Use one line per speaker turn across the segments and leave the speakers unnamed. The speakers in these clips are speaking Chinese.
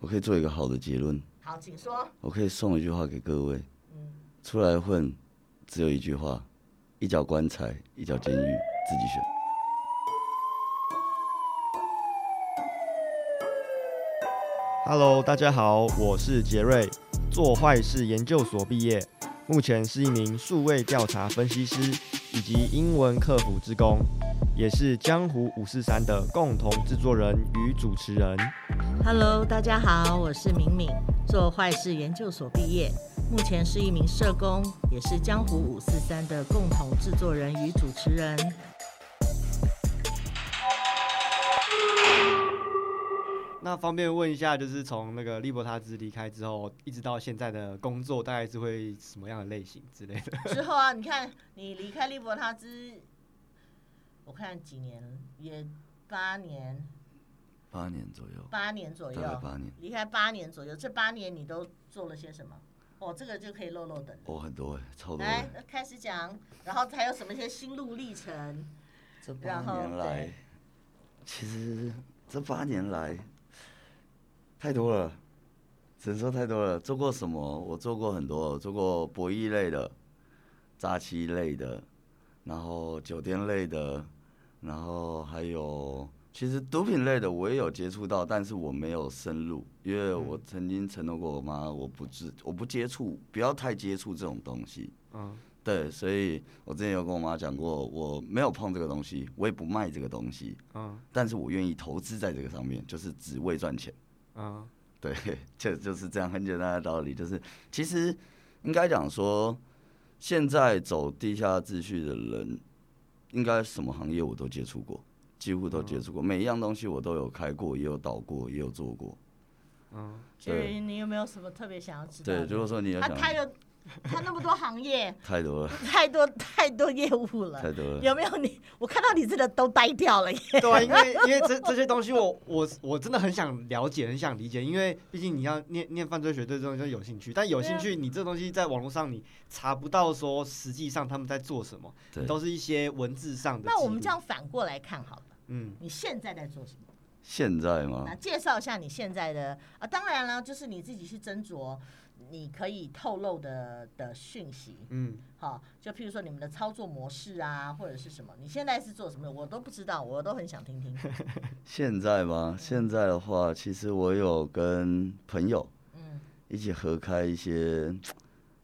我可以做一个好的结论，
好，请说。
我可以送一句话给各位：出来混，只有一句话，一脚棺材，一脚监狱，自己选。
Hello，大家好，我是杰瑞，做坏事研究所毕业，目前是一名数位调查分析师以及英文客服职工，也是《江湖五四三》的共同制作人与主持人。
Hello，大家好，我是敏敏，做坏事研究所毕业，目前是一名社工，也是江湖五四三的共同制作人与主持人。
那方便问一下，就是从那个利伯塔兹离开之后，一直到现在的工作，大概是会什么样的类型之类的？
之后啊，你看你离开利伯他兹，我看几年，也八年，
八年左右，
八年左右
大概，八年。
离开八年左右，这八年你都做了些什么？哦，这个就可以漏漏等。
哦，很多哎，超多
来
的。，
开始讲，然后还有什么一些心路历程？
这八
然后
年来
对，
其实这八年来太多了，只能说太多了。做过什么？我做过很多，我做过博弈类的、诈欺类的，然后酒店类的，然后还有其实毒品类的我也有接触到，但是我没有深入，因为我曾经承诺过我妈，我不知我不接触，不要太接触这种东西。
嗯，
对，所以我之前有跟我妈讲过，我没有碰这个东西，我也不卖这个东西，
嗯
但是我愿意投资在这个上面，就是只为赚钱。
嗯
对，就就是这样，很简单的道理，就是其实应该讲说，现在走地下秩序的人，应该什么行业我都接触过，几乎都接触
嗯
过，每一样东西我都有开过，也有倒过，也有做过。
嗯，
就
对
是你有没有什么特别想要知道
对，
的？
如果说你有
他
想，
他有他那么多行业，
太多了，
太多太多业务了
太，多了。
有没有你？我看到你真的都呆掉了耶。
对啊，因为因为这这些东西我，我我真的很想了解，很想理解，因为毕竟你要念念犯罪学，对这种就有兴趣，但
啊
有兴趣，你这东西在网络上你查不到说实际上他们在做什么，
对
都是一些文字上的。
那我们这，样反过来看好了，
嗯
你现在在做什么？
现在吗
那？介绍一下你现在的啊，当然了，就是你自己去斟酌你可以透露的的讯息。
嗯，
好，就譬如说你们的操作模式啊，或者是什么，你现在是做什么的，我都不知道，我都很想听听。
现在吗？现在的话，其实我有跟朋友
嗯，
一起合开一些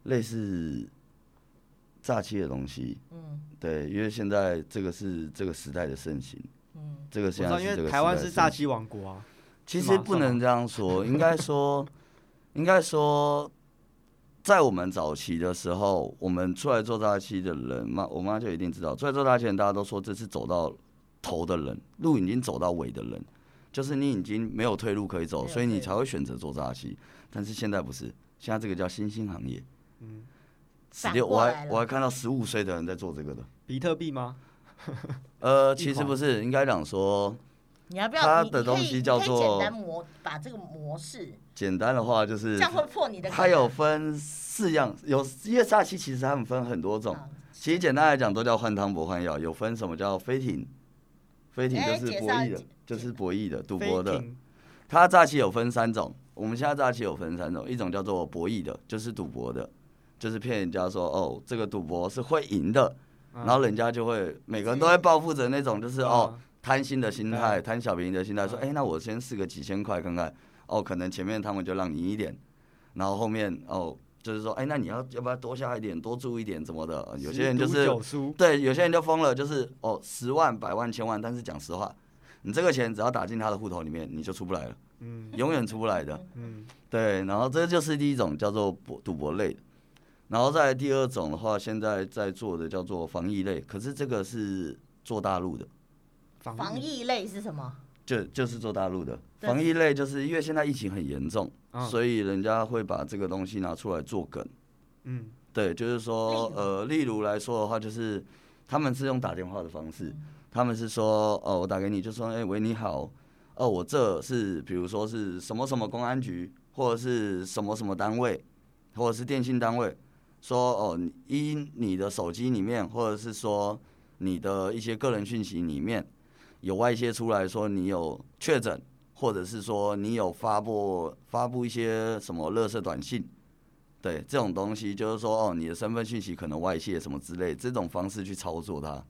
类似诈欺的东西。
嗯，
对，因为现在这个是这个时代的盛行。
嗯，
这个
我知
现
道，
在
因
是这
为
个
台湾
时代的
是诈
盛行
欺王国啊，
其
是
实
吗
不
是吗
能这样 说，应该说，应该说，在我们早期的时候，我们出来做大期的人，妈我妈就一定知道，出来做大期的人，大家都说这是走到头的人，路已经走到尾的人，就是你已经没有退路可以
没
走，
有
所以你
退
才会选择做大期。但是现在不是，现在这个叫新兴行业。
嗯，
十
反
六，我
过来
还
了
我还看到十五岁的人在做这个的。
比特币吗？
呃，
一
其实
款
不是，应该讲说，
你要不要？
它
你
的
你可以
东西
你
叫
可以
做
简单模，把这个模式，
简单的话就是
这样会破你的梗啊。
它有分四样，有因为诈欺其实他们分很多种，
啊
其实简单来讲都叫换汤不换药，有分什么叫飞艇，飞艇
哎
就是
介
博
绍
弈
一
的
解，
就是博弈的赌
飞
博的。
艇，
它诈欺有分三种，我们现在诈欺有分三种，一种叫做博弈的，就是赌博的，就是骗人家说哦这个赌博是会赢的，
嗯
然后人家就会每个人都会报复着那种，就是哦，贪心的心态，
嗯
贪小便宜的心态，说，
嗯
哎、那我先试个几千块看看，哦，可能前面他们就让你一点，然后后面哦，就是说，哎、那你要要不要多下一点，多注意一点怎么的？呃有些人就
十赌
是
九输，
对，有些人就疯了，就是哦，十万、百万、千万，但是讲实话，你这个钱只要打进他的户头里面，你就出不来了，
嗯
永远出不来的。
嗯
对，然后这就是第一种叫做博赌博类的，然后再来第二种的话，现在在做的叫做防疫类，可是这个是做大陆的。
防
防疫类是什么？
就就是做大陆的
对
防疫类，就是因为现在疫情很严重，
嗯
所以人家会把这个东西拿出来做梗。
嗯
对，就是说
例，如
呃，例如来说的话，就是他们是用打电话的方式，
嗯
他们是说，哦，我打给你，就说，哎、喂，你好，哦，我这是比如说是什么什么公安局，或者是什么什么单位，或者是电信单位，说，哦，你依你的手机里面，或者是说你的一些个人讯息里面，有外泄出来说你有确诊，或者是说你有发布发布一些什么垃圾短信，对这种东西，就是说哦，你的身份讯息可能外泄什么之类，这种方式去操作它。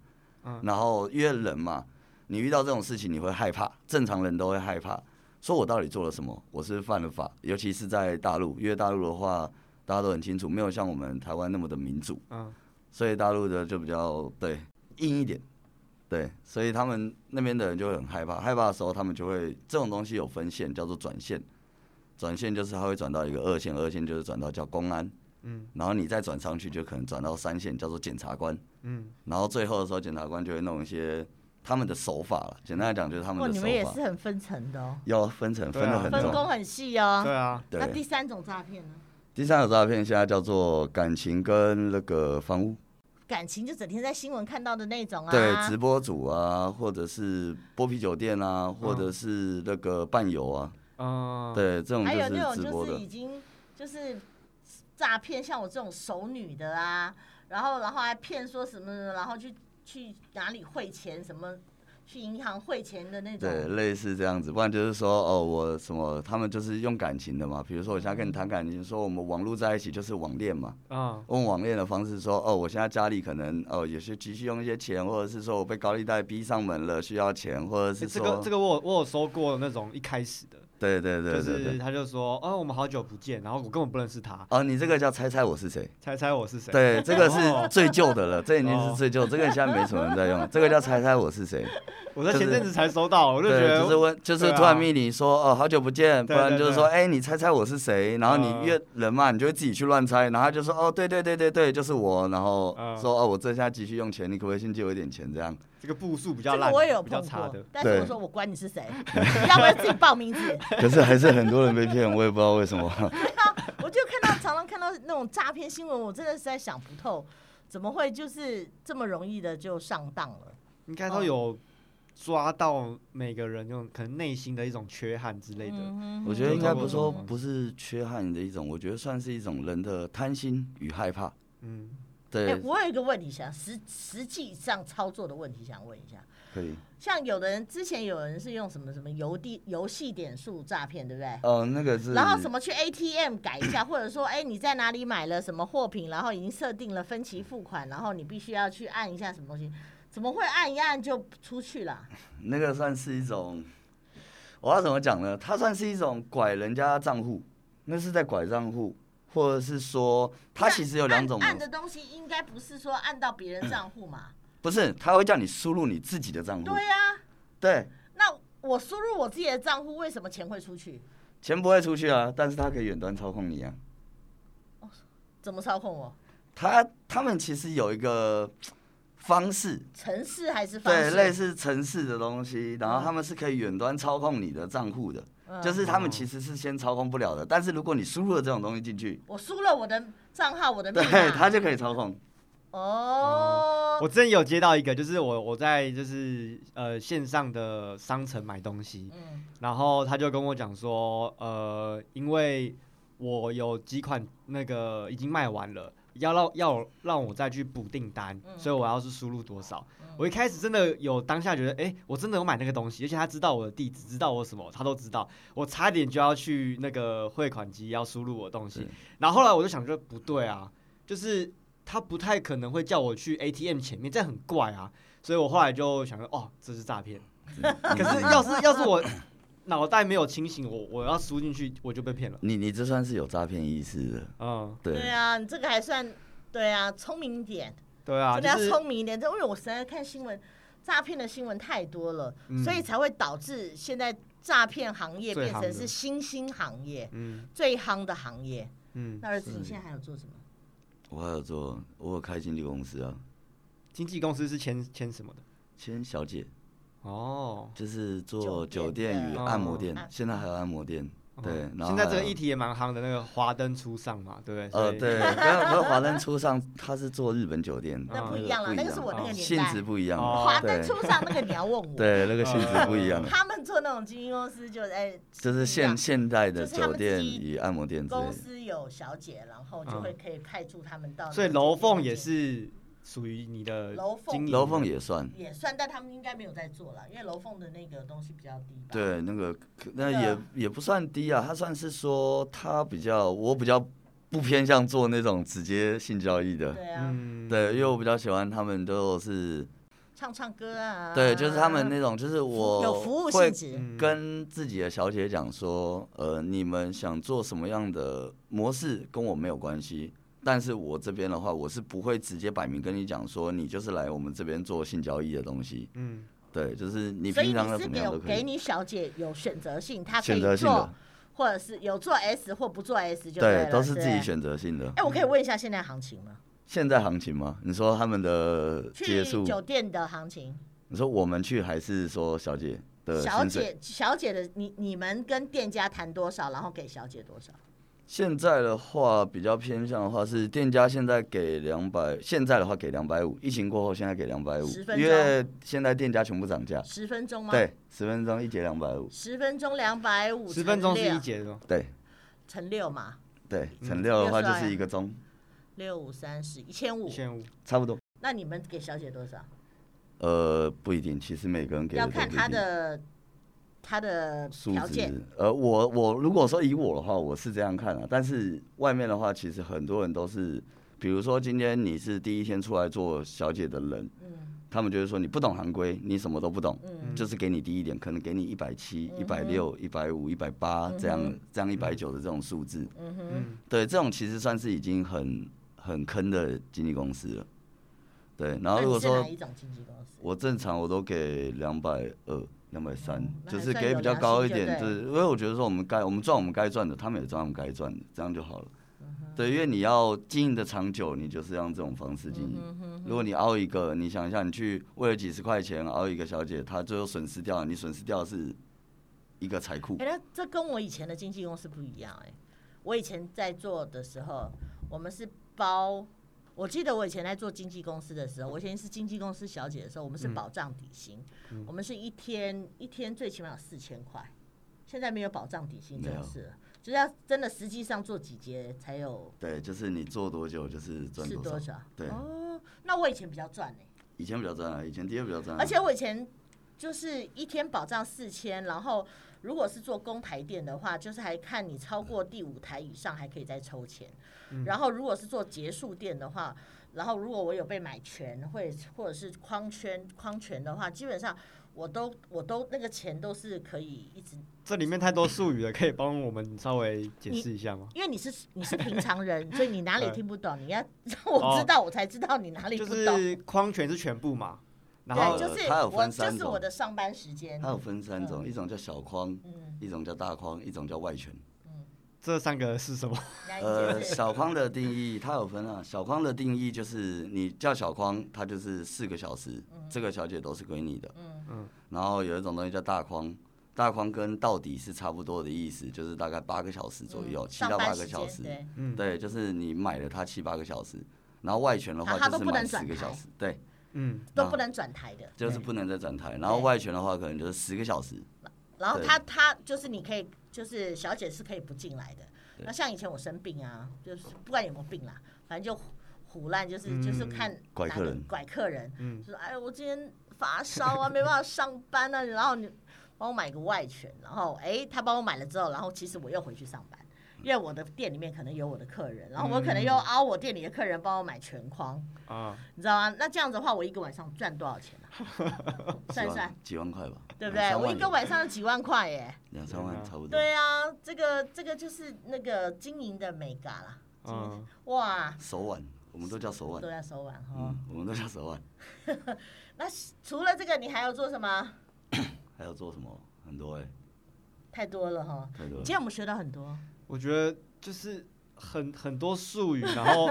然后因为人嘛，你遇到这种事情你会害怕，正常人都会害怕，说我到底做了什么？我是不是犯了法？尤其是在大陆，因为大陆的话大家都很清楚，没有像我们台湾那么的民主，
嗯，
所以大陆的就比较对硬一点，对，所以他们那边的人就会很害怕，害怕的时候他们就会这种东西有分线，叫做转线，转线就是它会转到一个二线，二线就是转到叫公安，嗯，然后你再转上去就可能转到三线，叫做检察官，嗯，然后最后的时候检察官就会弄一些他们的手法了，简单来讲就是他们
哇，
的
哦你
手
们也
法
是很分层的哦，
要分成分
对
得
啊
很
分
重，
工很细哦。
对啊，
那
对
第三种诈骗呢？
第三种诈骗现在叫做感情跟那个房屋，
感情就整天在新闻看到的那种啊，
对直播主啊，或者是剥皮酒店
嗯
啊，或者是那个伴游啊，
嗯，
对，这种
还有那
就是
种
直播
就是
的
已。经就是诈骗，像我这种熟女的啊，然后然后还骗说什么，然后去去哪里汇钱，什么去银行汇钱的那
对，
种，
类似这样子，不然就是说，哦，我什么，他们就是用感情的嘛。比如说，我现在跟你谈感情，说我们网络在一起就是网恋嘛。
嗯，
用网恋的方式说，哦，我现在家里可能哦，有些急需用一些钱，或者是说我被高利贷逼上门了，需要钱，或者是
欸这
说，
个这个我有我有收过那种一开始的，
对对对对对。
就是他就说，哦，我们好久不见，然后我根本不认识他，
哦，你这个叫猜猜我是谁？
猜猜我是谁？
对，这个
哦
是最旧的了，这已经
哦
是最旧，这个现在没什么人在用。这个叫猜猜我是谁？
我在
就是
前阵子才收到，我就觉
对，
得，
就是问，就是
对啊
突然密你说哦，好久不见，不
对
然
对
就是
对
说，哎，你猜猜我是谁？然后
嗯
你越人嘛，你就会自己去乱猜，然后他就说哦，对对对对对，就是我，然后
嗯
说哦，我这下急需用钱，你可不可以先借我一点钱？这样，
这个步数比较
这
烂
个
的，
我也有
比较
碰
差
过
的，，
但是
对
我说我管你是谁， 你要不要自己报名字？
可是还是很多人被骗，我也不知道为什么。
我就看到常常看到那种诈骗新闻，我真的实在想不透，怎么会就是这么容易的就上当了？
应该
嗯
都有抓到每个人那种可能内心的一种缺憾之类的。
嗯哼
我觉得应该不是说
嗯
不是缺憾的一种，我觉得算是一种人的贪心与害怕。
嗯，
哎、
对，
我有一个问题想实实际上操作的问题想问一下，
可以。
像有的人之前有人是用什么什么邮地游戏点数诈骗，对不对？
哦，那个是。
然后什么去 ATM 改一下，或者说，哎，你在哪里买了什么货品，然后已经设定了分期付款，然后你必须要去按一下什么东西，怎么会按一按就出去了？
那个算是一种，我要怎么讲呢？它算是一种拐人家账户，那是在拐账户，或者是说，它其实有两种
按
模
按的东西，应该不是说按到别人账户嘛？
不是，它会叫你输入你自己的账户，
对呀、
对，
那我输入我自己的账户，为什么钱会出去？
钱不会出去啊，但是它可以远端操控你啊。
怎么操控我？
它他们其实有一个方式，
城市还是方
对，
式？
类似城市的东西，然后他们是可以远端操控你的账户的，
嗯
就是他们其实是先操控不了的，但是如果你输入了这种东西进去，
我输了我的账号，我的密
对，
码。
它就可以操控。
哦，
我之前有接到一个，就是我我在就是呃线上的商城买东西，
嗯
然后他就跟我讲说，呃，因为我有几款那个已经卖完了。要让要让我再去补订单，
嗯
所以我要是输入多少？我一开始真的有当下觉得，哎、我真的有买那个东西，而且他知道我的地址，知道我什么，他都知道。我差点就要去那个汇款机要输入我的东西
是，
然后后来我就想说，不对啊，就是他不太可能会叫我去 ATM 前面，这很怪啊。所以我后来就想说，哦，这是诈骗。 可是要是要是我脑袋没有清醒，我我要输进去，我就被骗了。
你你这算是有诈骗意识的，
嗯，
对，
对啊，你这个还算对啊，聪明一点，
对啊，
真的要
就是
聪明一点。这因为我实在看新闻，诈骗的新闻太多了，
嗯
所以才会导致现在诈骗行业
最
变
夯的
成是新兴行业，
嗯
最夯的行业。
嗯，
那儿子，你现在还有做什么？
我还有做，我有开经纪公司啊，
经纪公司是签签什么的？
签小姐，
哦，
就是
酒
做
店
酒店与
的
按摩店
哦，
现在还有按摩店，对
哦，
然后
现在这
还
个
有
议题也蛮夯的，那个华灯初上嘛，对不对？
呃，
所以
对， 没有没有华灯初上，他是做日本酒店，
那
不一
样了那
那
个
个
是
不
我
一
那
样
个年代
性质不一样，
哦
华灯
对
初哦上那个你要 问我，
对，那个性质不一样，
他们做那种经纪公司就哎，
就是现现代的
就是他
酒
们
店
自己
与按摩店之类
公
的，
司有小姐，然后就会可以派驻他们到那个酒店去。
所以楼凤也是属于你的
楼凤
经理
楼凤也算，
也算，但他们应该没有在做了，因为楼凤的那个东西比较低吧。，
对，那个可那
对
也
啊
也不算低啊，他算是说他比较，我比较不偏向做那种直接性交易的，
对啊，
嗯，
对，因为我比较喜欢他们都是，
唱唱歌啊，
对，就是他们那种，就是我
有服务
会
性质，
嗯
跟自己的小姐讲说，呃，你们想做什么样的模式跟我没有关系，但是我这边的话，我是不会直接摆明跟你讲说，你就是来我们这边做性交易的东西，
嗯
对，就是你
所以
平常的
是
怎么
给
样都可
给
以，
你小姐有选择性，她可
选择
以
性的
做，，或者是有做 S 或不做 S 就
对
了，，
都是自己
对。
选择性的。
哎，我可以问一下现在行情吗？
现在行情吗？你说他们的
去
结束，
酒店的行情，
你说我们去还是说小姐的
小
薪水？
姐小姐的你你们跟店家谈多少，然后给小姐多少？
现在的话比较偏向的话是店家现在给两百，现在的话给两百五，疫情过后现在给两百五
10分，钟
因为现在店家全部涨价，
十分钟吗？，
对，十分钟一节两百五，
十分钟两百五，
十分钟是一节的，
对
乘六嘛，
对，
嗯
乘六的话
六十
就
二
是一个钟，
六五三十一千五啊
一。千五，
差不多。
那你们给小姐多少？
呃，不一定，其实每个人给的
要
都不
看
一
她
定
的她的
数
条件
值。呃，我我如果说以我的话，我是这样看啊。但是外面的话，其实很多人都是，比如说今天你是第一天出来做小姐的人，
嗯
他们就会说你不懂行规，你什么都不懂，就是给你低一点，可能给你一百七、
嗯
一百六、一百五、一百八这样这样一百九的这种数字。
嗯，
对，这种其实算是已经很很坑的经纪公司了。对，然后如果
那你是
说
哪一种经纪公司？
我正常我都给两百二、两百三，
那还
就是
算
给
有
比较
良
高一
心就
点，
对
就是因为我觉得说我们该我们赚我们该赚的，他们也赚他们该赚的，这样就好了。
嗯
对，因为你要经营的长久，你就是要用这种方式经营。
嗯
如果你凹一个，你想一下，你去为了几十块钱凹一个小姐，她最后损失掉，你损失掉的是一个财库。
哎、那这跟我以前的经纪公司不一样哎、我以前在做的时候，我们是包。我记得我以前在做经纪公司的时候，我以前是经纪公司小姐的时候，我们是
嗯
保障底薪，我们是一天一天最起码有四千块，现在没有保障底薪这
没
种
有
事了，就是要真的实际上做几节才有
对，就是你做多久就是赚
是
多少。
多少。
对
哦，那我以前比较赚哎、
以前比较赚啊，以前第二比较赚、啊。
而且我以前就是一天保障四千，然后如果是做公台店的话，就是还看你超过第五台以上还可以再抽钱。
嗯
然后如果是做结束店的话，然后如果我有被买权或者或者是框圈框权的话，基本上我都我都那个钱都是可以一直，
这里面太多术语了，可以帮我们稍微解释一下吗？
因为你是你是平常人，所以你哪里
对
听不懂，你 要让我
哦
知道，我才知道你哪里
就
不懂。
是框全是全部嘛，然后
对，就是
它有分
我就
三
是
种
我的上班时间
它，有分三种，一种叫小框，
嗯
一种叫大框，一种叫外圈。
这三个是什么？
那一
呃，
节是
小框的定义它有分啊，小框的定义就是你叫小框，它就是四个小时，
嗯
这个小姐都是归你的。嗯
嗯
然后有一种东西叫大框，大框跟到底是差不多的意思，就是大概八个小时左右，
嗯
七
上
到
班
八
时
个
间
小时。
对，
嗯，
对，就是你买了它七八个小时，然后外权的
啊它
话
都
就是
不能
满十
转
个小
台
时，对，
嗯，
都不能转台的。
就是不能再转台。然后
对
外权的话可能就是十个小时，
然后
对
他他就是你可以，就是小姐是可以不进来的。那像以前我生病啊，就是不管有没有病啦，反正就胡烂，就是、就是看
拐
哪
客
个
人
拐客人，
嗯
就说哎，我今天发烧啊，没办法上班啊，然后你帮我买个外犬，然后哎，他帮我买了之后，然后其实我又回去上班。因为我的店里面可能有我的客人，然后我可能又凹我店里的客人帮我买全框，
啊，
你知道吗？那这样子的话，我一个晚上赚多少钱 啊？
几
算一算
万，几万块吧，
对不
两
对？
三
我
万
一个晚上有几万块耶。
两三万差不多，
对啊，这个这个就是那个经营的美嘎啦，
嗯，
哇，
手腕我们都叫手腕
都，要手腕哈。
嗯，我们都叫手腕。
那除了这个，你还要做什么？
还要做什么？很多哎、欸，
太多了哈。
太多了
今。天我们学到很多，
我觉得就是很很多术语，然后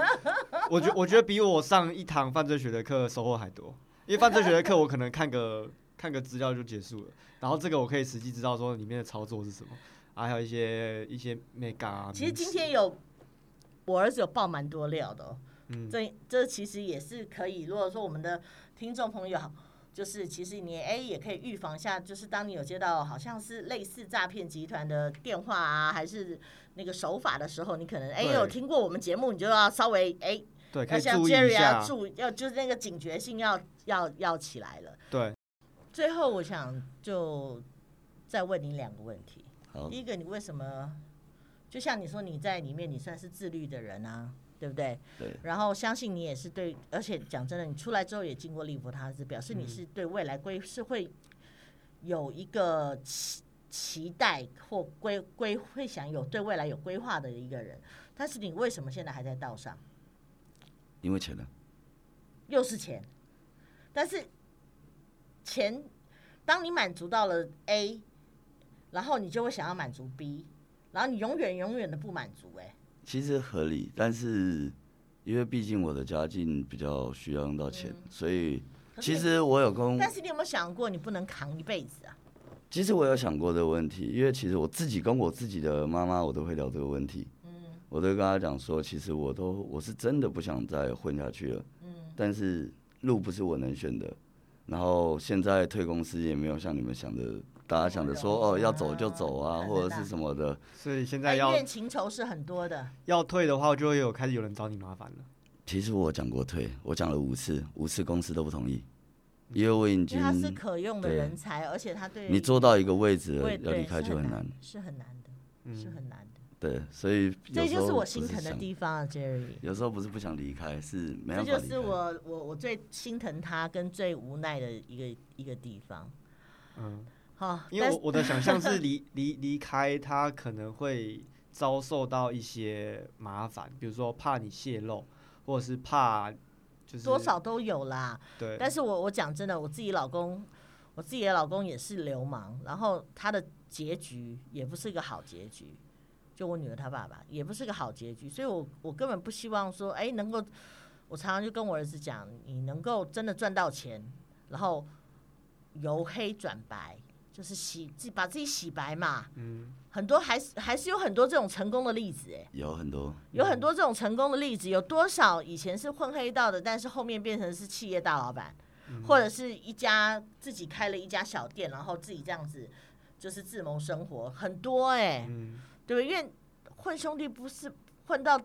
我觉我觉得比我上一堂犯罪学的课收获还多，因为犯罪学的课我可能看个看个资料就结束了，然后这个我可以实际知道说里面的操作是什么，啊还有一些一些 mega，啊
其实今天有我儿子有爆蛮多料的哦。
嗯
这这其实也是可以，如果说我们的听众朋友。就是，其实你哎也可以预防一下，就是当你有接到好像是类似诈骗集团的电话啊，还是那个手法的时候，你可能哎
对
有听过我们节目，你就要稍微哎
对，可
那
以
像
注意一
Jerry
下
要。注要就是那个警觉性要要要起来了。
对，
最后我想就再问你两个问题，
好
第，一个你为什么？就像你说你在里面你算是自律的人啊，对不对？
对。
然后相信你也是对，而且讲真的，你出来之后也经过利伯塔斯，表示你
嗯
是对未来规是会有一个期期待或规规会想有对未来有规划的一个人。但是你为什么现在还在道上？
因为钱啊呢？
又是钱，但是钱，当你满足到了 A，然后你就会想要满足 B，然后你永远永远的不满足、欸，
其实合理，但是因为毕竟我的家境比较需要用到钱，所以
嗯可是
其
你
实我有跟，
但是你有没有想过，你不能扛一辈子啊？
其实我有想过这个问题，因为其实我自己跟我自己的妈妈，我都会聊这个问题。
嗯
我都跟她讲说，其实我都我是真的不想再混下去了。
嗯
但是路不是我能选的，然后现在退公司也没有像你们想的，大家想着
那么
说
容
哦
易
要走就走啊，
啊
或者是什么的。
所以现在
恩
要
怨哎情仇是很多的，
要退的话，就会有开始有人找你麻烦了。
其实我有讲过退，我讲了五次，五次公司都不同意，因为我已
因
经
为他是可用的
对
人才，而且他对
你做到一个位置了
对，
要
对
离开
是
就很
很
难。，
是很难的，是很难的。
对，所以有
这
时
就
候
是我
不
心疼的
想
地方啊，Jerry。
有时候不是不想离开，是没办
这
法
就
离
是
开。
我我我最心疼他跟最无奈的一个一个地方。
嗯，
好，
因为
但
我我的想 象是离离离开他可能会遭受到一些麻烦，比如说怕你泄露，或者是怕就是
多少都有啦。
对
但是我我讲真的，我自己老公，我自己的老公也是流氓，然后他的结局也不是个好结局，就我女儿她爸爸也不是个好结局，所以我我根本不希望说，哎，能够，我常常就跟我儿子讲，你能够真的赚到钱，然后由黑转白，就是洗自己把自己洗白嘛，嗯，很多还是还是有很多这种成功的例子、哎。
有很多，
有很多这种成功的例子，有多少以前是混黑道的，但是后面变成是企业大老板，或者是一家自己开了一家小店，然后自己这样子就是自谋生活，很多哎、
嗯
对不对？因为混兄弟不是混到，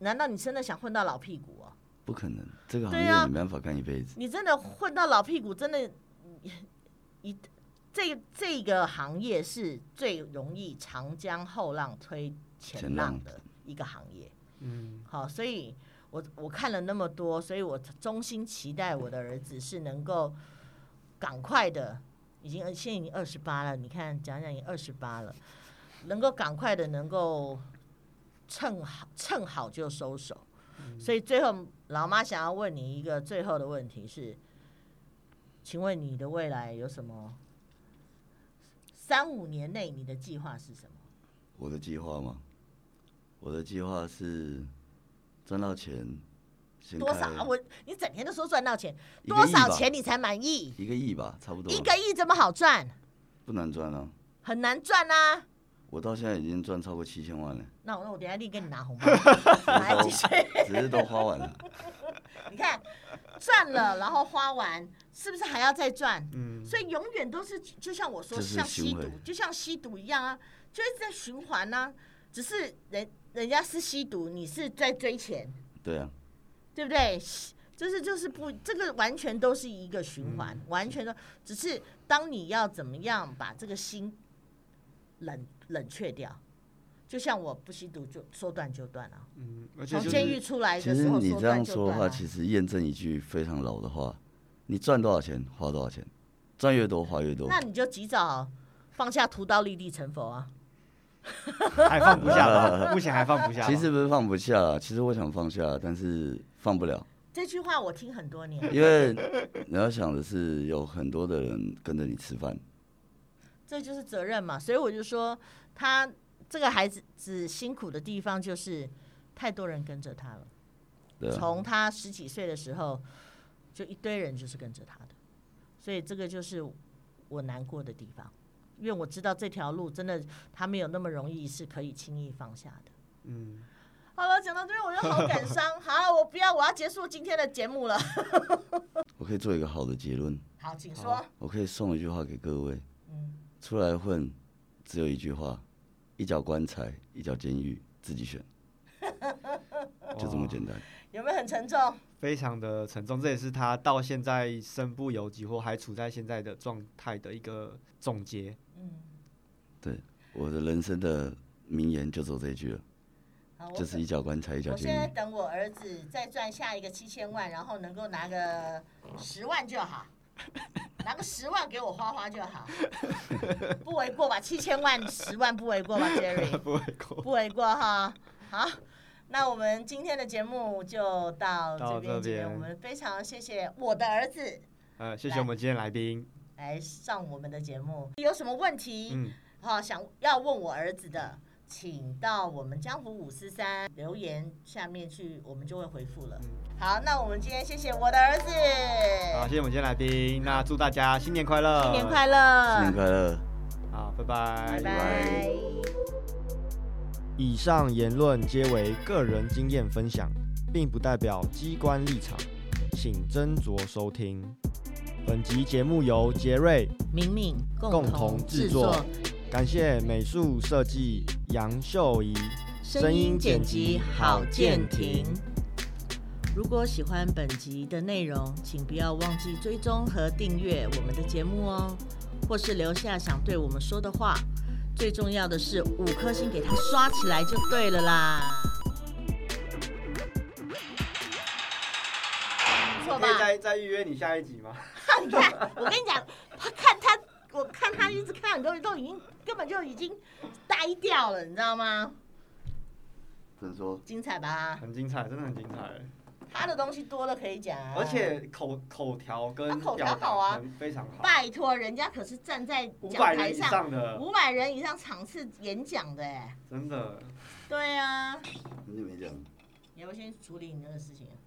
难道你真的想混到老屁股哦？
不可能，这个行
对啊
业你没办法干一辈子。
你真的混到老屁股，真的， 一这这个行业是最容易长江后浪推前
前
浪
浪
的一个行业。
嗯
好，所以我我看了那么多，所以我衷心期待我的儿子是能够赶快的，已经现在已经二十八了，你看讲讲已经二十八了，能够赶快的能够趁好趁好就收手。所以最后，老妈想要问你一个最后的问题是，请问你的未来有什么？三五年内你的计划是什么？
我的计划吗？我的计划是赚到钱，先
多少
开
啊？我你整天都说赚到钱，
一个
多
亿
少
吧？
钱你才满意？
一个亿吧，差不多。
一个亿这么好赚，
不难赚啊！
很难赚啊。
我到现在已经赚超过七千万了，
那我那我等一下立刻给你拿 红包，来继续。
只是都花完了。
你看，赚了然后花完，是不是还要再赚？
嗯，
所以永远都是就像我说，
这是
像吸
循
毒
环，
就像吸毒一样啊，就一直在循环呢、只是人人家是吸毒，你是在追钱，
对啊，
对不对？就是就是不，这个完全都是一个循环，
嗯
完全都只是当你要怎么样把这个心冷冷却掉，就像我不吸毒就说断就断啊，
嗯，而且
从
就
监
是
狱出来
其
的
实
时候
你
说
这样
断就
说的
断
话，
啊。
其实验证一句非常老的话：你赚多少钱，花多少钱，赚越多花越多。
那你就及早放下屠刀立地成佛啊！
还放不 下吧，目前还放不下吧。
其实不是放不下啦，其实我想放下，但是放不了，
这句话我听很多年，
因 为你要想的是有很多的人跟着你吃饭，
这就是责任嘛。所以我就说，他这个孩子只辛苦的地方就是太多人跟着他了。
对啊，
从他十几岁的时候，就一堆人就是跟着他的，所以这个就是我难过的地方，因为我知道这条路真的他没有那么容易是可以轻易放下的。
嗯，
好了，讲到这边我就好 感伤。好了，我不要，我要结束今天的节目了。
我可以做一个好的结论，
好，请说。
我可以送一句话给各位：
嗯，
出来混，只 有一句话，一脚棺材，一脚监狱，自己选。就这么简单。
有没有很沉重？
非常的沉重，这也是他到现在身不由己或还处在现在的状态的一个总结。
我的人生的名言就走这一句了，
好，我
就是一脚棺材一脚
我现
监
在
狱。
等我儿子再赚下一个七千万，然后能够拿个十万就好，拿个十万给我花花就好，不为过吧？七千万、十万不为过吧，Jerry？
不为过。
不为过哈。好，那我们今天的节目就到这
到
边
这
结束。
边
我们非常谢谢我的儿子
呃，谢谢
来
我们今天来宾。
来上我们的节目，有什么问题？
嗯，
好、想要问我儿子的，请到我们江湖五四三留言下面去，我们就会回复了。好，那我们今天谢谢我的儿子，
嗯好，谢谢我们今天来宾。那祝大家新年快乐！
新年快
新年
乐，
快乐！
好，拜
拜
拜。
拜。
以上言论皆为个人经验分享，并不代表机关立场，请斟酌收听。本集节目由杰瑞
明明
共同制作，感谢美术设计杨秀仪。声音剪辑郝建廷。
如果喜欢本集的内容，请不要忘记追踪和订阅我们的节目哦，或是留下想对我们说的话。最重要的是五颗星给它刷起来就对了啦。不错吧？啊
再哎预约你下一集吗？
你看，我跟你讲，他看他，我看他一直看，都都已经根本就已经呆掉了，你知道吗？
真说
精彩吧？
很精彩，真的很精彩。
他的东西多了可以讲啊，
而且口口条
啊
跟
口条
表
好啊
达很非常好，
拜托，人家可是站在
五
讲
百人
台
以
上
上的，
五百人以上场次演讲的哎、
真的。
对啊，
你怎么没讲？
你要不要先处理你那个事情啊？